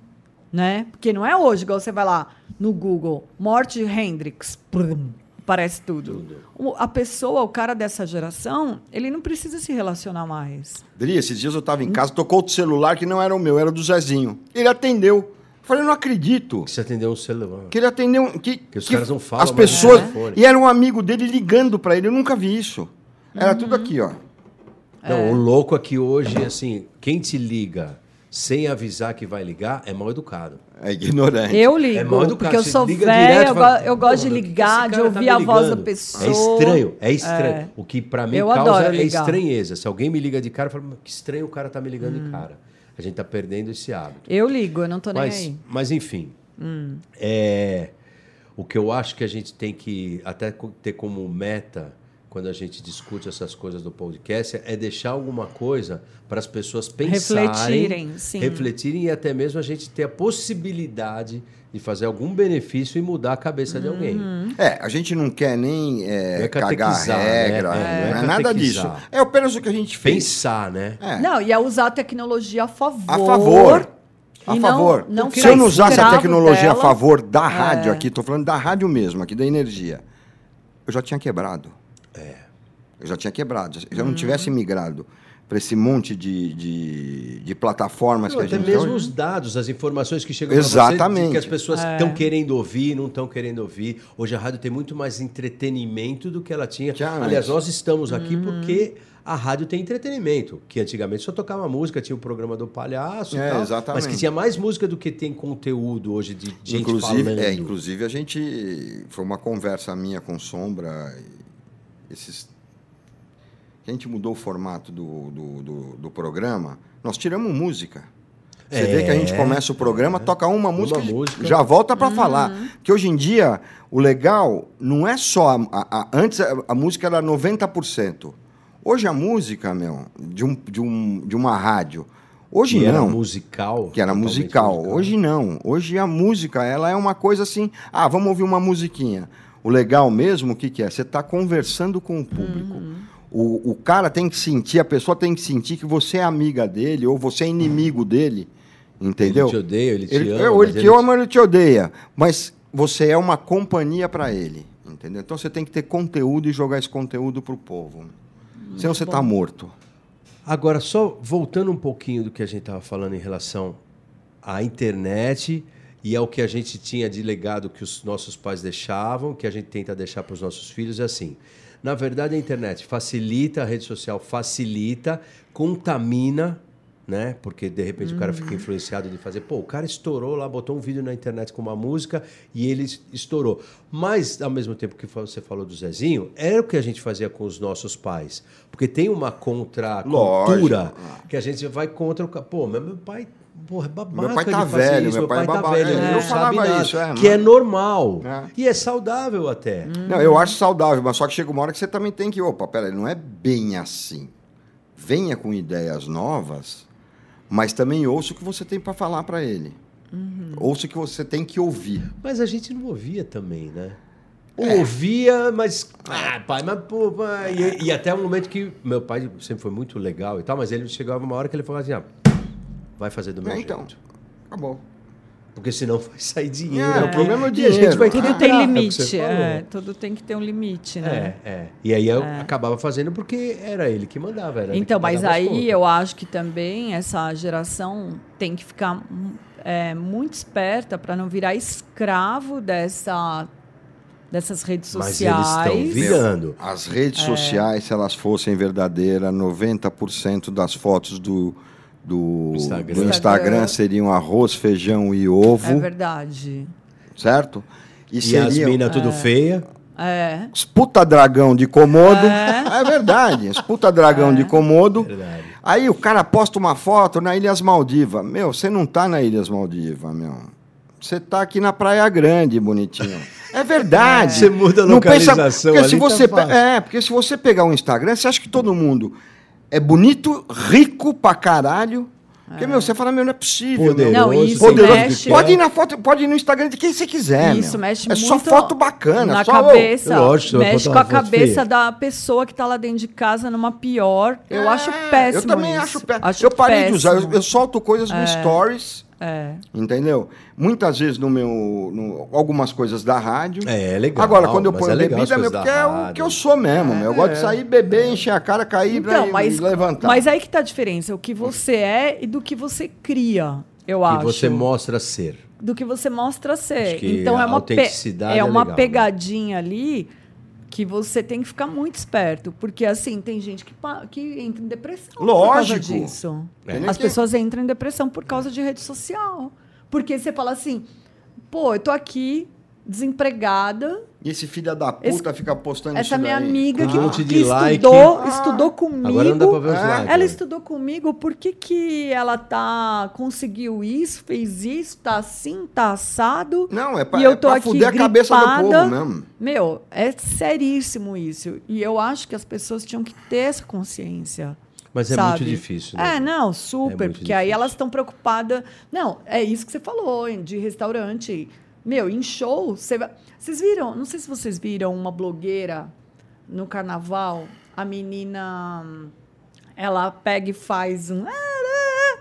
S5: né? Porque não é hoje, igual você vai lá no Google, morte de Hendrix, plum, aparece tudo. O- A pessoa, o cara dessa geração, ele não precisa se relacionar mais.
S4: Dri, esses dias eu tava em casa, tocou outro celular que não era o meu, era o do Zezinho. Ele atendeu. Eu Falei, não acredito.
S3: Que você atendeu um celular.
S4: Que ele atendeu. um- Que,
S3: Que os caras não falam é,
S4: As
S3: mais no
S4: pessoas.
S3: telefone.
S4: E era um amigo dele ligando pra ele. Eu nunca vi isso. Era
S5: Hum.
S4: tudo aqui, ó.
S5: É.
S3: Não, o louco aqui hoje, assim, quem te liga sem avisar que vai ligar é mal educado.
S4: É ignorante.
S5: Eu
S3: É
S5: ligo,
S3: mal educado.
S5: porque eu
S3: Você
S5: sou
S3: liga
S5: velha,
S3: direto e
S5: eu,
S3: fala,
S5: go- eu gosto de
S3: "Porra, que
S5: ligar,
S3: esse
S5: de
S3: cara
S5: ouvir
S3: tá
S5: a
S3: me
S5: voz da
S3: ligando?"
S5: pessoa.
S3: É estranho, é estranho. O que pra mim
S5: Eu
S3: causa
S5: adoro
S3: é
S5: ligar.
S3: estranheza. Se alguém me liga de cara, eu falo, "Mas que estranho o cara tá me ligando de cara. A gente tá perdendo esse hábito.
S5: Eu ligo, eu Hum. não tô nem
S3: Mas,
S5: aí. Hum.
S3: mas enfim, é, o que eu acho que a gente tem que até co- ter como meta quando a gente discute essas coisas do podcast é deixar alguma coisa para as pessoas pensarem,
S5: Refletirem, sim.
S3: refletirem e até mesmo a gente ter a possibilidade de fazer algum benefício e mudar a cabeça de alguém.
S4: É, a gente não quer nem é,
S3: Não é
S4: cagar
S3: catequizar, né?
S4: regra,
S3: É, não é
S4: não é nada disso.
S3: catequizar.
S4: É apenas o que a gente fez.
S3: Pensar, né?
S4: É.
S5: Não, e é usar a tecnologia a favor.
S4: A favor.
S5: e
S4: A
S5: não-
S4: favor.
S5: não
S4: Se
S5: ficar
S4: eu não usasse a
S5: escravo
S4: tecnologia
S5: dela, É.
S4: a favor da rádio aqui, tô falando da rádio mesmo, aqui da energia, eu já tinha quebrado. É. Eu já tinha quebrado. Se eu
S5: Uhum.
S4: não tivesse migrado para esse monte de, de, de plataformas
S3: Não,
S4: que a
S3: até
S4: gente
S3: mesmo
S4: hoje-
S3: os dados, as informações que chegam pra
S4: Exatamente.
S3: você, de que as pessoas estão querendo ouvir, não estão querendo ouvir. Hoje a rádio tem muito mais entretenimento do que ela tinha.
S4: Tinha antes.
S3: Aliás, nós estamos aqui porque a rádio tem entretenimento, que antigamente só tocava música, tinha o programa do palhaço
S4: É,
S3: e tal,
S4: exatamente.
S3: mas que tinha mais música do que tem conteúdo hoje de gente
S4: inclusive,
S3: falando.
S4: é, inclusive a gente. Foi uma conversa minha com Sombra. e Esses, que a gente mudou o formato do, do, do- do programa. Nós tiramos música. Você
S3: É,
S4: vê que a gente começa o programa, toca uma música, e
S3: música.
S4: já volta para falar. Que hoje em dia, o legal não é só. a- a- a- antes a, a música era 90%. Hoje a música, meu, de, um, de, um, de uma rádio. Hoje
S3: que era
S4: não.
S3: musical.
S4: Que era
S3: totalmente
S4: musical. Hoje não. Hoje a música, ela é uma coisa assim. Ah, vamos ouvir uma musiquinha. O legal mesmo, o que, que é? Você está conversando com o público.
S3: Uhum.
S4: O, o cara tem que sentir, a pessoa tem que sentir que você é amiga dele ou você é inimigo dele. Entendeu?
S3: Ele te odeia, ele te
S4: Ele,
S3: ama.
S4: é, ou
S3: mas
S4: ele te ama ou ele te odeia. Mas você é uma companhia para ele. Entendeu? Então você tem que ter conteúdo e jogar esse conteúdo pro povo. Senão você está morto.
S3: Agora, só voltando um pouquinho do que a gente estava falando em relação à internet E é o que a gente tinha de legado que os nossos pais deixavam, que a gente tenta deixar para os nossos filhos, é assim. Na verdade, a internet facilita, a rede social facilita, contamina, né? Porque de repente o cara fica influenciado de fazer, pô, o cara estourou lá, botou um vídeo na internet com uma música e ele es- estourou. Mas, ao mesmo tempo que fa- você falou do Zezinho, era o que a gente fazia com os nossos pais. Porque tem uma contracultura
S4: Lógico.
S3: que a gente vai contra o. ca- Pô, mas meu pai. Porra, é babaca
S4: Meu pai
S3: de
S4: tá
S3: fazer
S4: velho,
S3: isso,
S4: meu pai é
S3: tá
S4: babaca.
S3: velho,
S4: É,
S3: ele não
S4: eu
S3: sabe
S4: falava
S3: nada,
S4: isso, é, Hum.
S3: que é
S4: mano.
S3: normal
S4: É.
S3: e é saudável até.
S4: Não, eu acho saudável, mas só que chega uma hora que você também tem que, opa, peraí, não é bem assim. Venha com ideias novas, mas também ouça o que você tem para falar para ele. Ouça o que você tem que ouvir.
S3: Mas a gente não ouvia também, né?
S4: É.
S3: Ouvia, mas. Ah, pai, mas. Pô, pai. E, e até um momento que meu pai sempre foi muito legal e tal, mas ele chegava uma hora que ele falava assim: ah, vai fazer do meu
S4: É,
S3: jeito.
S4: então, acabou.
S3: Porque senão vai sair dinheiro.
S4: É, o problema é o
S3: E a gente
S4: dinheiro.
S3: vai
S4: Tudo
S5: Tudo
S3: quebrar,
S5: tem
S3: é o que
S5: limite.
S3: você
S5: É,
S3: falou.
S5: tudo tem que ter um limite, né?
S3: É, é. E aí eu acabava fazendo porque era ele que mandava. Era ele
S5: Então,
S3: que
S5: mas
S3: pagava as
S5: aí
S3: contas.
S5: eu acho que também essa geração tem que ficar hum, é, muito esperta para não virar escravo dessa, dessas redes
S3: Mas
S5: sociais.
S3: eles estão virando.
S4: As É. redes sociais, se elas fossem verdadeiras, 90% das fotos do, do,
S3: Do Instagram.
S4: do Instagram seriam arroz, feijão e ovo,
S5: É verdade.
S4: certo? E,
S3: E as
S4: seriam
S3: minas tudo feia.
S5: É.
S4: os puta dragão de Komodo.
S5: É.
S4: É, verdade, os puta dragão de Komodo.
S3: É Verdade.
S4: Aí o cara posta uma foto na Ilhas Maldivas. Meu, você não tá na Ilhas Maldivas, meu. Você tá aqui na Praia Grande, bonitinho. É verdade.
S3: Você muda a
S4: Não pensa-
S3: localização
S4: porque
S3: ali,
S4: se
S3: tá
S4: você pe-
S3: fácil.
S4: É, porque se você pegar o Instagram, você acha que todo mundo é bonito, rico pra caralho. Porque, meu, você fala, meu, não é possível. meu.
S5: Não, isso
S3: poderoso
S5: mexe-
S3: do que é.
S4: Pode ir na foto, pode ir no Instagram de quem você quiser.
S5: Isso
S4: meu.
S5: mexe
S4: é
S5: muito
S4: só foto bacana,
S5: na
S4: só
S5: cabeça.
S3: Eu gosto, eu
S5: mexe
S3: vou
S5: com
S3: dar
S5: a
S3: uma foto
S5: cabeça
S3: feia.
S5: da pessoa que tá lá dentro de casa numa pior. Eu
S4: É,
S5: acho péssimo.
S4: Eu também
S5: isso.
S4: acho péssimo. eu parei de usar, eu,
S5: péssimo.
S4: eu solto coisas no stories,
S5: É.
S4: entendeu? Muitas vezes no meu. no- algumas coisas da rádio.
S3: É, é legal,
S4: Agora, quando eu
S3: mas
S4: ponho
S3: é legal
S4: bebida,
S3: as
S4: meu,
S3: coisas
S4: porque
S3: da
S4: é o
S3: rádio.
S4: que eu sou mesmo. meu. Eu gosto de sair, beber, encher a cara, cair
S5: É. Então,
S4: né,
S5: mas,
S4: e levantar.
S5: mas aí que tá a diferença. O que você é e do que você cria, eu
S3: E
S5: acho.
S3: você mostra ser.
S5: do que você mostra ser.
S3: Acho que
S5: Então é
S3: a
S5: uma, pe-
S3: autenticidade
S5: é
S3: é
S5: uma
S3: legal, né?
S5: pegadinha ali que você tem que ficar muito esperto. Porque, assim, tem gente que, pa- que entra em depressão por causa
S4: Lógico.
S5: disso.
S4: É.
S3: Né?
S5: As pessoas entram em depressão por causa de rede social. Porque você fala assim, pô, eu tô aqui desempregada,
S4: E esse filho da puta fica postando
S5: essa
S4: isso
S5: minha
S4: daí.
S5: amiga que,
S3: Um monte de
S5: que
S3: like.
S5: estudou,
S4: Ah.
S5: estudou comigo.
S3: Agora não dá pra ver os
S4: É.
S3: likes.
S5: Ela
S3: né?
S5: estudou comigo, por que, que ela tá conseguiu isso, fez isso, tá assim, tá assado?
S4: Não, é pra,
S5: E eu
S4: é
S5: tô
S4: pra
S5: aqui
S4: fuder a cabeça do
S5: gripada.
S4: povo mesmo.
S5: Meu, é seríssimo isso. E eu acho que as pessoas tinham que ter essa consciência.
S3: Mas é
S5: sabe?
S3: muito difícil, né?
S5: É, não,
S3: É
S5: super,
S3: muito
S5: porque aí
S3: difícil.
S5: elas estão preocupadas. Não, é isso que você falou, hein, de restaurante. Meu, em show, você vai- vocês viram, não sei se vocês viram uma blogueira no carnaval, a menina hum, ela pega e faz um ah",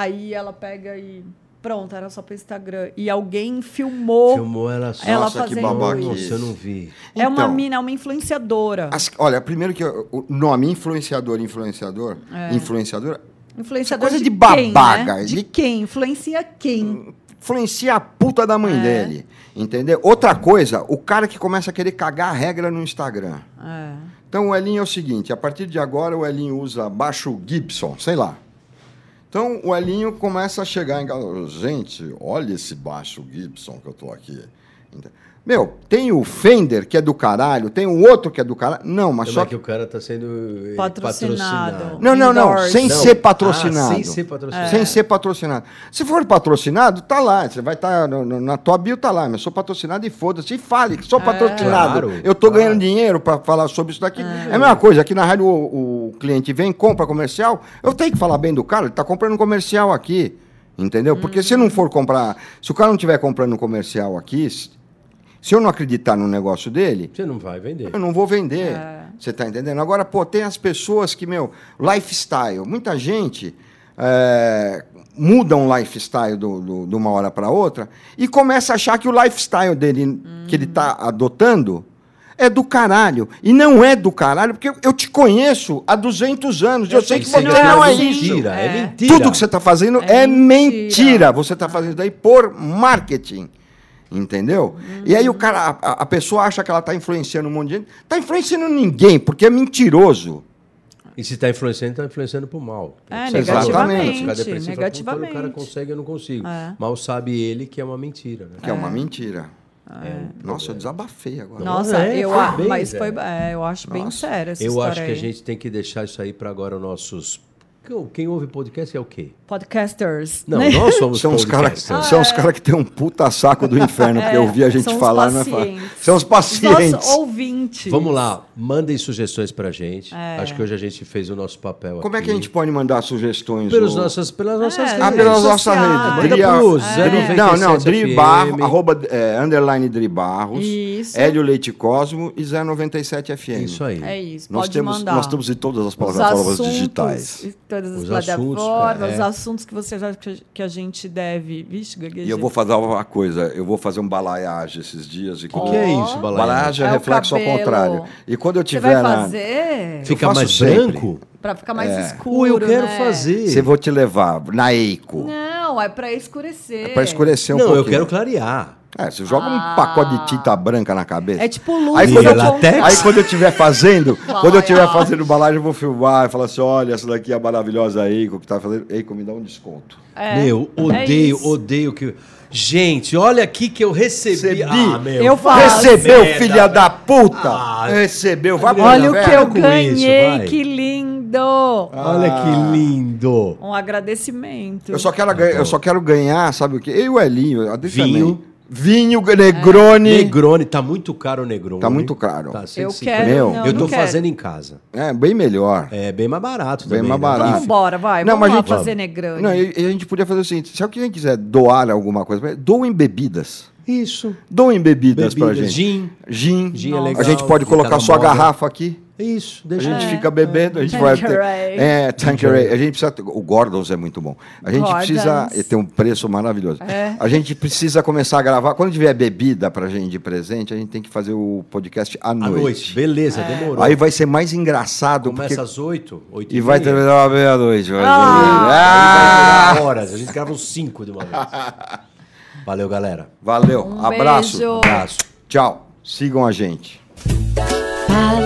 S5: aí ela pega e pronto, era só para Instagram e alguém filmou.
S3: Filmou ela só.
S5: Ela
S4: Nossa, que
S5: fazendo
S4: babaquice.
S3: Nossa, eu não vi.
S5: É uma
S4: Então,
S5: mina, uma influenciadora.
S4: as- olha, primeiro que eu- o nome influenciador, influenciador,
S5: É.
S4: influenciadora,
S5: Influenciadora
S4: Essa coisa
S5: de,
S4: de
S5: quem,
S4: babaca,
S5: né? De
S4: de-
S5: quem? Influencia quem?
S4: influencia a puta da mãe dele. Entendeu? Outra coisa, o cara que começa a querer cagar a regra no Instagram.
S5: É.
S4: Então o Elinho é o seguinte, a partir de agora o Elinho usa baixo Gibson, sei lá. Então o Elinho começa a chegar em casa, gente, olha esse baixo Gibson que eu tô aqui. Ente- Meu, tem o Fender que é do caralho, tem o outro que é do caralho. Não, mas
S3: Mas
S4: só
S3: que o cara tá sendo eh,
S5: Patrocinado.
S3: patrocinado.
S4: Não, não, não,
S5: Endorse.
S4: sem
S3: Não.
S4: ser
S3: Ah,
S4: patrocinado.
S3: sem ser patrocinado.
S4: Sem ser patrocinado. Se for patrocinado, tá lá. Você vai estar na tua bio, tá lá. Eu sou patrocinado e foda-se. E fale que sou patrocinado.
S3: É. Claro,
S4: eu tô
S3: claro.
S4: ganhando dinheiro para falar sobre isso daqui. É. a mesma coisa. Aqui na rádio o, o cliente vem, compra comercial. Eu tenho que falar bem do cara. Ele tá comprando comercial aqui. Entendeu? Porque se não for comprar... Se o cara não estiver comprando comercial aqui... Se se eu não acreditar no negócio dele,
S3: Você não vai vender.
S4: eu não vou vender. Você está entendendo? Agora, pô, tem as pessoas que, meu, lifestyle. Muita gente é, muda um lifestyle do, do- de uma hora para outra e começa a achar que o lifestyle dele, que ele está tá adotando, é do caralho. E não é do caralho, porque eu- eu te conheço há 200 anos. Eu, sei que você
S5: é
S4: não é
S5: assim.
S4: isso.
S3: mentira, é.
S5: É.
S3: mentira.
S4: Tudo que você está fazendo
S5: É
S4: é, mentira.
S5: mentira.
S4: Você está fazendo daí por marketing. Entendeu? E
S5: Hum.
S4: aí o cara, a, a- a pessoa acha que ela está influenciando um monte de gente. Está influenciando ninguém, porque é mentiroso.
S3: E se está influenciando, está influenciando para o mal.
S5: É,
S3: Você sabe,
S4: negativamente,
S3: você fica depressivo, fala, "Puta, O cara
S5: negativamente.
S3: consegue, eu não consigo.
S5: É.
S3: Mal sabe ele que é uma mentira. Né?
S4: Que é, uma mentira.
S3: É um
S4: Nossa, eu
S3: problema.
S4: desabafei agora.
S5: Ah, Nossa,
S3: É,
S5: eu,
S3: foi
S5: a-
S3: bem,
S5: mas
S3: Zé.
S5: foi, é, eu acho bem
S4: Nossa.
S5: sério essa
S3: Eu
S5: história
S3: acho que a
S5: aí.
S3: gente tem que deixar isso aí para agora nossos... Quem ouve podcast é o quê?
S5: Podcasters.
S3: Não,
S5: né?
S3: nós somos
S4: São os caras
S3: podcasters.
S4: são os cara que tem um puta saco do inferno, porque
S5: Ah, É,
S4: eu vi a gente
S5: são os
S4: falar, né?
S5: pacientes.
S4: São os
S5: Os
S4: pacientes.
S5: nossos ouvintes.
S3: Vamos lá, mandem sugestões pra gente.
S5: É.
S3: Acho que hoje a gente fez o nosso papel
S4: Como é
S3: aqui.
S4: que a gente pode mandar sugestões?
S3: Pelos
S4: ô?
S3: nossas, pelas nossas
S5: É,
S3: redes.
S4: Ah, pela
S5: redes
S4: nossa
S5: sociais.
S4: rede.
S3: Manda
S4: Dri-
S3: pro
S4: Dri-
S3: 097
S4: Não, não,
S3: FM.
S4: Dri Barro, arroba, é, underline Dri Barros,
S5: Isso.
S4: Hélio Leite Cosmo e 097 FM.
S3: Isso aí.
S5: É isso,
S4: Nós
S5: pode
S4: temos,
S5: mandar.
S4: nós estamos em todas as
S5: os
S4: plataformas
S5: assuntos,
S4: digitais.
S5: e todas as
S3: Os assuntos,
S5: plataformas,
S3: é.
S5: os assuntos que vocês acham que- que a gente deve... Vixe, gaguejei.
S4: E eu vou fazer uma coisa, eu vou fazer um balaiagem esses dias. E
S3: O
S4: quando-
S3: que é isso, Balaia?
S4: Balaiagem é
S5: É o
S4: reflexo ao
S5: cabelo.
S4: contrário. E quando eu
S5: Você
S4: tiver
S5: vai
S4: na... É.
S5: fazer
S4: Eu
S3: Fica
S4: faço
S3: mais
S4: sempre.
S3: branco?
S5: pra ficar mais escuro,
S3: Ou eu quero
S5: né?
S3: fazer.
S4: Você vou te levar na Eico.
S5: Não, é pra escurecer.
S4: Pra escurecer um
S3: não,
S4: pouquinho.
S3: eu quero clarear.
S4: É, você joga
S5: Ah.
S4: um pacote de tinta branca na cabeça.
S5: É tipo luz.
S4: Aí
S5: ao
S4: quando eu-
S5: contrário.
S4: Aí quando eu estiver fazendo, quando eu estiver
S5: Balaiagem.
S4: fazendo balagem, eu vou filmar e falar assim: olha, essa daqui é a maravilhosa Eico que tá fazendo. Eico, me dá um desconto.
S5: É.
S3: Meu, odeio, odeio que. Gente, olha aqui que eu recebi.
S4: Recebi.
S3: Ah, meu.
S5: Eu faço.
S4: Recebeu,
S3: merda,
S4: filha
S3: velho.
S4: da puta!
S3: Ah.
S4: Recebeu, vai pra
S5: Olha o
S4: velho.
S5: que eu
S3: com isso,
S5: ganhei,
S3: vai.
S5: que lindo!
S3: Olha que lindo.
S5: Um agradecimento.
S4: Ah. Eu só quero, ganhar, eu só quero ganhar, sabe o quê? Eu e o Elinho. a Adri também.
S3: Vinho.
S4: Vinho, Negroni.
S3: Negrone, tá muito caro o Negrone.
S4: Tá muito caro.
S3: Tá
S5: Eu
S3: 150.
S5: quero.
S4: Meu,
S5: não,
S3: eu
S5: não
S3: tô
S5: quero.
S3: fazendo em casa.
S4: É, bem melhor.
S3: É bem mais barato
S4: Bem
S3: também.
S4: mais
S3: né?
S4: barato.
S5: Então, Vambora, vai.
S4: Não,
S5: vamos
S4: mas
S5: lá
S4: a gente-
S5: fazer Negrani.
S4: Não, e, e a gente podia fazer o seguinte: se alguém quiser doar alguma coisa, pra ele, doem bebidas.
S3: Isso.
S4: Doem bebidas, pra
S3: Bebida,
S4: gente.
S3: gin.
S4: Gin.
S3: Gin é
S4: Nossa.
S3: legal,
S4: a gente pode
S3: que tá
S4: colocar
S3: na
S4: só a
S3: moda.
S4: garrafa aqui.
S3: Isso,
S4: A
S3: deixa
S4: gente
S3: de
S4: fica bebendo, a gente vai ter.
S5: É. Tanqueray.
S4: É, Tanqueray. A gente precisa. O Gordons é muito bom. A gente
S5: Gordons.
S4: precisa. E tem um preço maravilhoso.
S5: É.
S4: A gente precisa começar a gravar. Quando tiver bebida pra gente de presente, a gente tem que fazer o podcast à
S3: à
S4: noite.
S3: noite. Beleza,
S5: É.
S3: demorou.
S4: Aí vai ser mais engraçado.
S3: Começa
S4: porque...
S3: às 8, 8
S4: E vai terminar à meia-noite. vai
S5: Ah.
S4: ser- Ah!
S3: durar horas. A gente grava uns 5 de uma vez. Valeu, galera.
S4: Valeu,
S5: Um
S4: abraço.
S5: beijo.
S3: Abraço.
S4: Tchau. Sigam a gente.
S1: Fala